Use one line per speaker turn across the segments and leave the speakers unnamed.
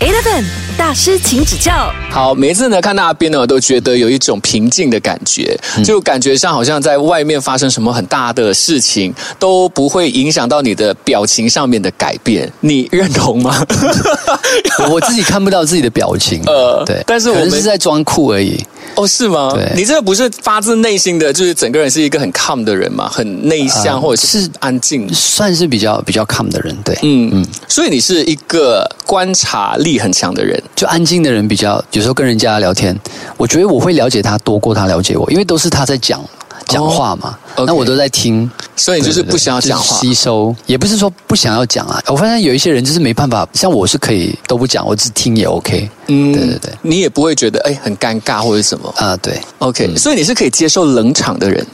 Seven 大师，请指教。
好，每一次呢看到阿边呢，都觉得有一种平静的感觉，
嗯
就感觉上好像在外面发生什么很大的事情都不会影响到你的表情上面的改变，你认同 吗？
我自己看不到自己的表情，
呃
呃，对，
但是我
可能
们
是在装酷而已。
哦，是吗？
对
你这个不是发自内心的，就是整个人是一个很 calm 的人嘛，很内向、
呃
或者是
是
安静。
算是比较比较 calm 的人，对，
嗯嗯，所以你是一个观察力很强的人。
就安静的人比较，有时候跟人家聊天，我觉得我会了解他多过他了解我，因为都是他在讲讲话嘛，
哦 OK
那我都在听，
所以你就是不想要讲
对对
话
对就是吸收，也不是说不想要讲啊，我发现有一些人就是没办法，像我是可以都不讲，我只听也 OK，嗯，对对对，
你也不会觉得哎很尴尬或者什么。
啊、对，
OK，、所以你是可以接受冷场的人，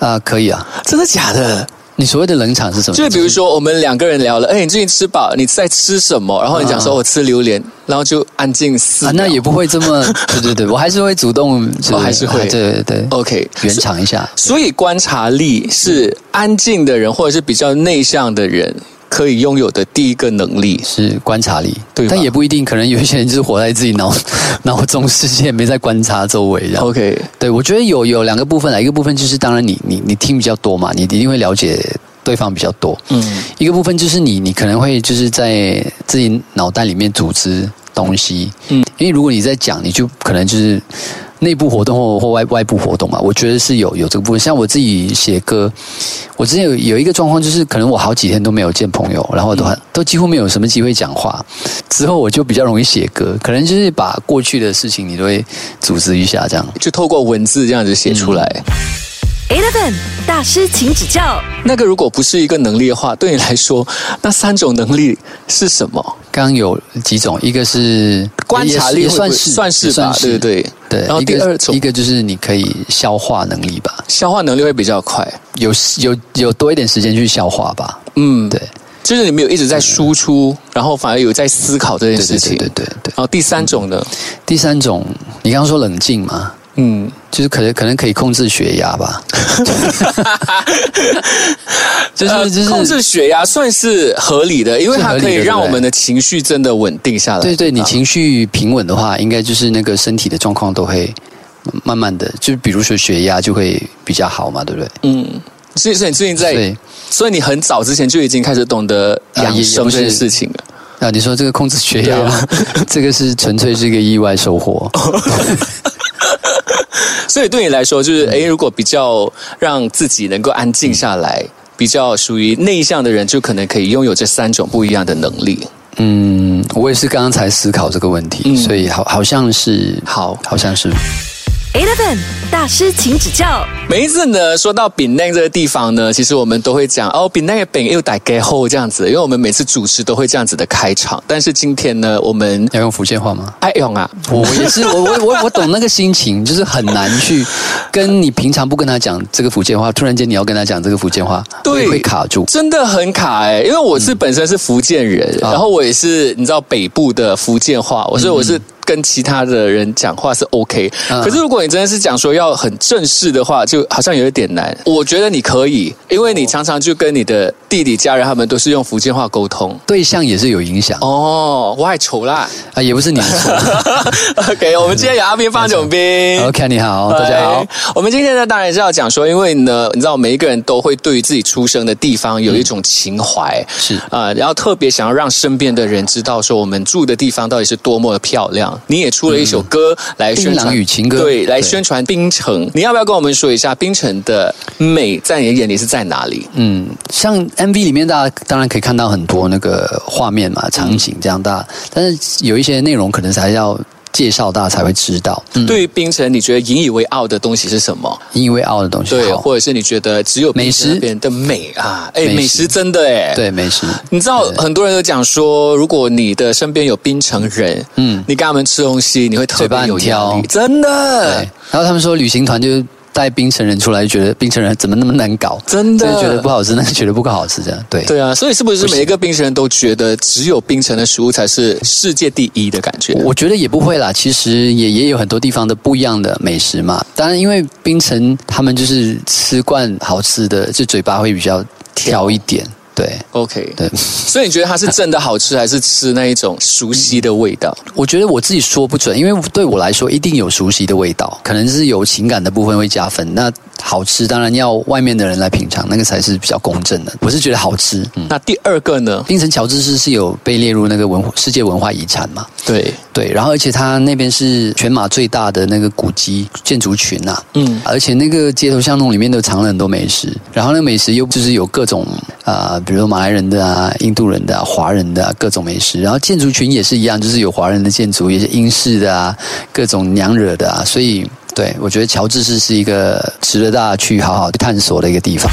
啊、可以啊，
真的假的？
你所谓的冷场是什么？
就是比如说我们两个人聊了，哎，你最近吃饱？你在吃什么？然后你讲说我吃榴莲，然后就安静四
啊，
秒。
那也不会 这么，对对对，我还是会主动，就
哦还是会
啊对对对
OK
圆场 一下。
所以观察力是安静的人或者是比较内向的人可以拥有的第一个能力。
是观察力，
对吧
但也不一定，可能有一些人就是活在自己脑 脑中世界，没在观察周围这样。
OK，
对，我觉得有有两个部分啦，一个部分就是当然你你你听比较多嘛，你一定会了解对方比较多。嗯，一个部分就是你你可能会就是在自己脑袋里面组织东西。嗯，因为如果你在讲，你就可能就是内部活动或或外外部活动嘛，我觉得是有有这个部分。像我自己写歌，我之前有有一个状况就是，可能我好几天都没有见朋友，然后都、很
嗯
都几乎没有什么机会讲话。之后我就比较容易写歌，可能就是把过去的事情你都会组织一下这样。
就透过文字这样子写出来。
嗯
Eleven 大师，请指教。
那个如果不是一个能力的话，对你来说，那三种能力是什么？
刚刚有几种，一个是
观察力
也
会不会
算
算是
是
吧对不对
对。
然后
一
第
个
二种
一个就是你可以消化能力吧，
消化能力会比较快。
有有有多一点时间去消化吧。
嗯，
对，
就是你没有一直在输出，然后反而有在思考这件
对
事
对
情。
对对对对
然。后第三种呢？
第三种，你刚刚说冷静嘛，
嗯，
就是可能可能可以控制血压 吧，就是、
呃
就是
控制血压算是合理的，因为
是
它
合理
可
的
以
对不
让我
对
们的情绪真的稳定下来。
对对，你
啊
情绪平稳的话，应该就是那个身体的状况都会慢慢的，就比如说血压就会比较好嘛，对不对？
嗯所以，所以你最近在，
所
所以
以
你很早之前就已经开始懂得
啊
养
也
生
也不
这
是
件事情了。
啊，你说这个控制血压
对啊，
这个是纯粹是一个意外收获。
所以对你来说，就是
嗯
诶，如果比较让自己能够安静下来，
嗯
比较属于内向的人，就可能可以拥有这三种不一样的能力。
嗯，我也是刚刚才思考这个问题，所以好好像是
嗯好
好像是
Eleven 大师，请指教。
每一次呢，说到 Penang 这个地方呢，其实我们都会讲哦，Penang 的 Penang 又打给后这样子，因为我们每次主持都会这样子的开场。但是今天呢，我们
要用福建 话吗？
哎用啊，
我我也是，我我我我懂那个心情，就是很难去跟你平常不跟他讲这个福建话，突然间你要跟他讲这个福建话，
对
会会卡住。
真的很卡哎、因为我是本身是福建人，
啊
然后我也是你知道北部的福建话，我所以我是跟其他的人讲话是 OK，、
嗯
可是如果你真的是讲说要很正式的话，就好像有一点难。我觉得你可以，因为你常常就跟你的弟弟家人他们都是用福建话沟通。
对象也是有影响
哦，我还丑啦。
啊，也不是你的错。
OK，我们今天有阿斌方炯斌。
嗯 OK，你好，
哎
大家好
嗨。。我们今天呢，当然是要讲说，因为呢，你知道每一个人都会对于自己出生的地方有一种情怀，
是
啊、然后特别想要让身边的人知道说，我们住的地方到底是多么的漂亮。你也出了一首歌来宣
槟榔
传
与情歌
对，来
对
宣传槟城。你要不要跟我们说一下槟城的美在你的眼里是在哪里？
嗯，像 MV 里面，大家当然可以看到很多那个画面嘛、场景这样大，但是有一些内容可能才要介绍，大家才会知道。嗯，
对于槟城，你觉得引以为傲的东西是什么？
因为傲的东西。
对，
好
或者是你觉得只有
美食
槟城那边的美啊？哎，
美食
美食真的哎，。
对美食。
你知道很多人都讲说，如果你的身边有槟城人，嗯
嗯，
你跟他们吃东西，你会特
嘴巴
别
很
有压力，
挑
真
对
的。，
然后他们说旅行团就带冰城人出来，就觉得冰城人怎么那么难搞？
真的
这个觉得不好吃，那个觉得不够好吃，这样对。
对啊，所以是不是每一个槟城人都觉得只有槟城的食物才是世界第一的感觉？
我觉得也不会啦，其实也也有很多地方的不一样的美食嘛。当然，因为槟城他们就是吃惯好吃的，就嘴巴会比较挑一点。对。
OK，
对，
所以你觉得它是真的好吃，还是吃那一种熟悉的味道？
我觉得我自己说不准，因为对我来说一定有熟悉的味道，可能是有情感的部分会加分。那好吃当然要外面的人来品尝，那个才是比较公正的。我是觉得好吃。嗯，
那第二个呢？
槟城乔治市是有被列入那个文世界文化遗产嘛？
对，
对，然后而且它那边是全马最大的那个古迹建筑群呐、
嗯
而且那个街头巷弄里面都藏了很多美食，然后那个美食又就是有各种啊、呃比如说马来人的啊、印度人的啊、华人的啊各种美食，然后建筑群也是一样，就是有华人的建筑，也是英式的啊，各种娘惹的啊，所以。对，我觉得乔治市是一个值得大家去好好去探索的一个地方。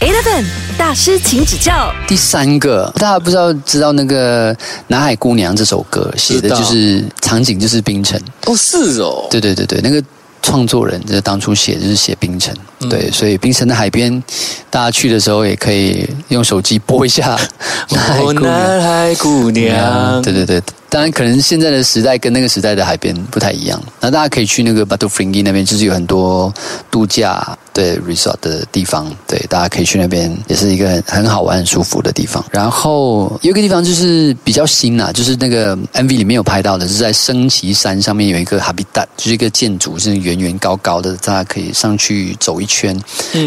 Eleven 大师，请指教。
第三个，大家不知道知道那个《南海姑娘》这首歌写的
知道
就是场景就是冰城，
哦，是哦，
对对对对，那个创作人就是当初写就是写冰城，
嗯
对，所以冰城的海边，大家去的时候也可以用手机播一下 那海
哦，
姑娘。
南海姑娘，
对对对，当然可能现在的时代跟那个时代的海边不太一样，那大家可以去那个 b a t u f r i n g i 那边，就是有很多度假对 resort 的地方，对，大家可以去那边，也是一个很很好玩、很舒服的地方。然后有一个地方就是比较新啦、就是那个 MV 里面有拍到的，是在升旗山上面有一个 habitat，就是一个建筑是圆圆高高的，大家可以上去走一圈，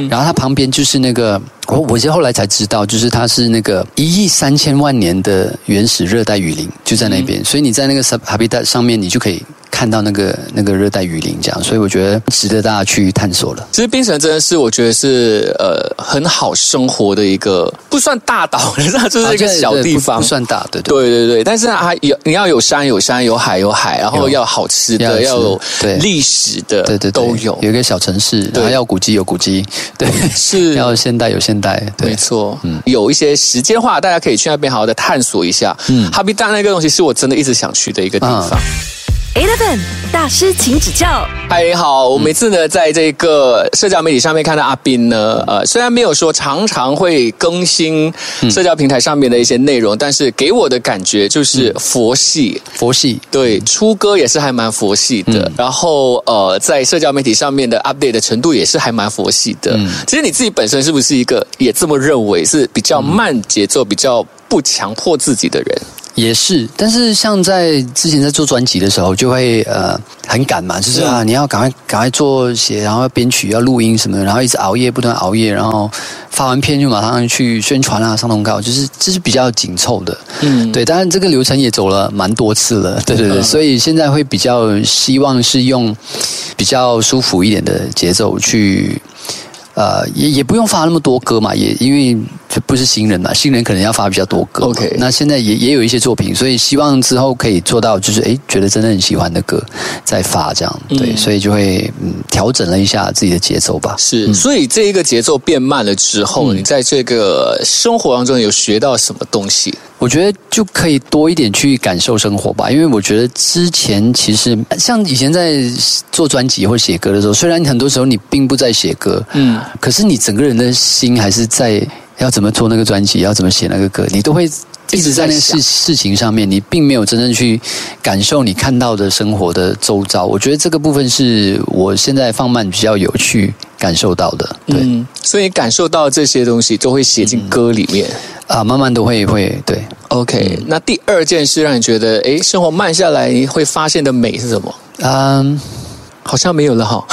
然后它旁边就是那个，我我是后来才知道，就是它是那个一亿三千万年的原始热带雨林，就在那
嗯
边，所以你在那个 sub habitat 上面，你就可以看到那个那个热带雨林这样，所以我觉得值得大家去探索了。
其实槟城真的是我觉得是呃很好生活的一个，不算大岛， 你知道，就是一个
啊对
小
对
地
不
方
不。算大，对对。
对对对，但是它有你要有山有山有海有海，然后
有
要好吃
要
的，
吃
要有
对
历史的，
对对对
都有，
有一个小城市，然后要古迹有古迹，对，
是
要现代有现代，对嗯
没，错，有一些时间化，大家可以去那边好好的探索一下。嗯，哈比蛋那个东西是我真的一直想去的一个地方。
啊
Eleven 大师，请指教。
嗨，你好！我每次呢，在这个社交媒体上面看到阿斌呢，呃，虽然没有说常常会更新社交平台上面的一些内容，但是给我的感觉就是佛系。
佛系
对，出歌也是还蛮佛系的，然后呃，在社交媒体上面的 update 的程度也是还蛮佛系的。其实你自己本身是不是一个也这么认为，是比较慢节奏、比较不强迫自己的人？
也是，但是像在之前在做专辑的时候，就会呃很赶嘛，就是啊，你要赶快赶快做写，然后要编曲，要录音什么的，然后一直熬夜，不断熬夜，然后发完片就马上去宣传啊，上通告，就是这是比较紧凑的，嗯，对。当然这个流程也走了蛮多次了，对对对，所以现在会比较希望是用比较舒服一点的节奏去呃，也也不用发那么多歌嘛，也因为就不是新人嘛，新人可能要发比较多歌嘛。
OK
那现在也也有一些作品，所以希望之后可以做到，就是诶，觉得真的很喜欢的歌再发这样。对，所以就会嗯调整了一下自己的节奏吧。
是，嗯所以这一个节奏变慢了之后，你在这个生活当中有学到什么东西？
我觉得就可以多一点去感受生活吧，因为我觉得之前其实像以前在做专辑或写歌的时候，虽然很多时候你并不在写歌，
嗯，
可是你整个人的心还是在要怎么做那个专辑，要怎么写那个歌，你都会一直在那个事事情上面，你并没有真正去感受你看到的生活的周遭。我觉得这个部分是我现在放慢比较有去感受到的，对、
嗯，所以你感受到这些东西都会写进歌里面。
啊，慢慢都会会对。
OK，、那
嗯
第二件事让你觉得，诶，生活慢下来你会发现的美是什么？
嗯，
好像没有了 哈。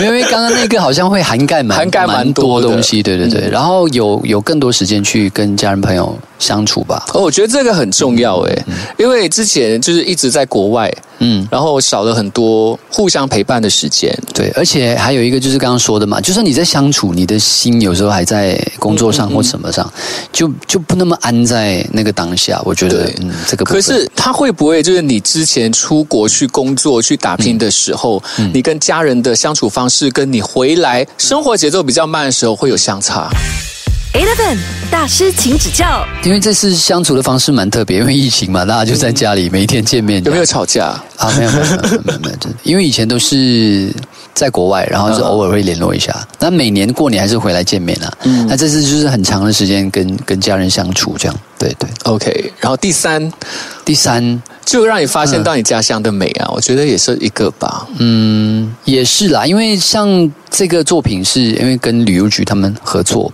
没有，因为刚刚那个好像会涵盖蛮
涵盖蛮多
多
的嗯
东西，对对对。然后有有更多时间去跟家人朋友相处吧。
哦，我觉得这个很重要诶，因为之前就是一直在国外，
嗯，
然后少了很多互相陪伴的时间。
对，而且还有一个就是刚刚说的嘛，就算你在相处，你的心有时候还在工作上或什么
嗯
上，就就不那么安在那个当下。我觉得
对，
嗯，这个部
可
分
是他会不会就是你之前出国去工作去打拼的时候，
嗯
你跟家人的相处方式，跟你回来生活节奏比较慢的时候会有相差？
嗯
Eleven 大师，请指教。
因为这次相处的方式蛮特别，因为疫情嘛，大家就
嗯
在家里每一天见面这
有
样，
没有吵架？
啊？没有没有没有没有没有没有，就因为以前都是在国外，然后是偶尔会联络一下。那每年过年还是回来见面啦。啊那这次就是很长的时间跟跟家人相处这样。对对。
OK，然后第三，
第三，
就让你发现到你家乡的美啊，我觉得也是一个吧。
嗯，也是啦，因为像这个作品是因为跟旅游局他们合作，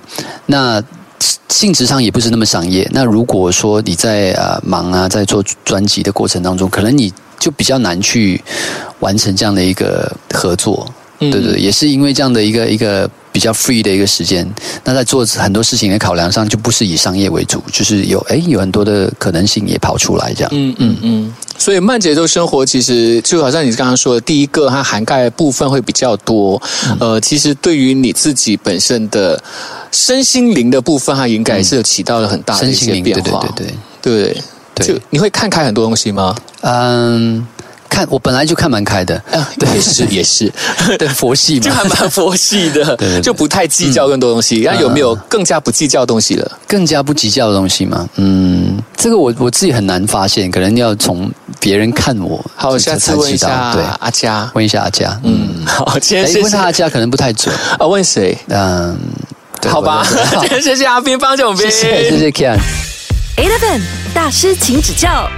那。性质上也不是那么商业。那如果说你在呃忙啊，在做专辑的过程当中，可能你就比较难去完成这样的一个合作，
嗯
对对，也是因为这样的一个一个比较 free 的一个时间。那在做很多事情的考量上，就不是以商业为主，就是有诶有很多的可能性也跑出来这样。
嗯嗯嗯。所以慢节奏生活其实就好像你刚刚说的，第一个它涵盖的部分会比较多，呃，其实对于你自己本身的身心灵的部分，它应该也是有起到了很大的一
身心
些
灵，
变
对对
化，
对对。
对对
对
就你会看开很多东西吗？
嗯，看我本来就看蛮开的，
啊，也 是也是，
对佛系
就还
嘛，
蛮佛系 的，
对对对
就不太计较更多东西。那、有没有更加不计较东西了？
更加不计较的东西嘛。嗯，这个我我自己很难发现，可能要从别人看我，
好，
这
下次
才
问一
知道
下
对，
阿佳。
问一下阿佳，嗯，
嗯，好，今天
哎
谢，
问
谢
他阿佳可能不太准，
啊，问谁？
嗯，对
好吧，
我
今天谢谢阿斌帮着我们，
谢谢谢谢 Kian。
Eleven 大师，请指教。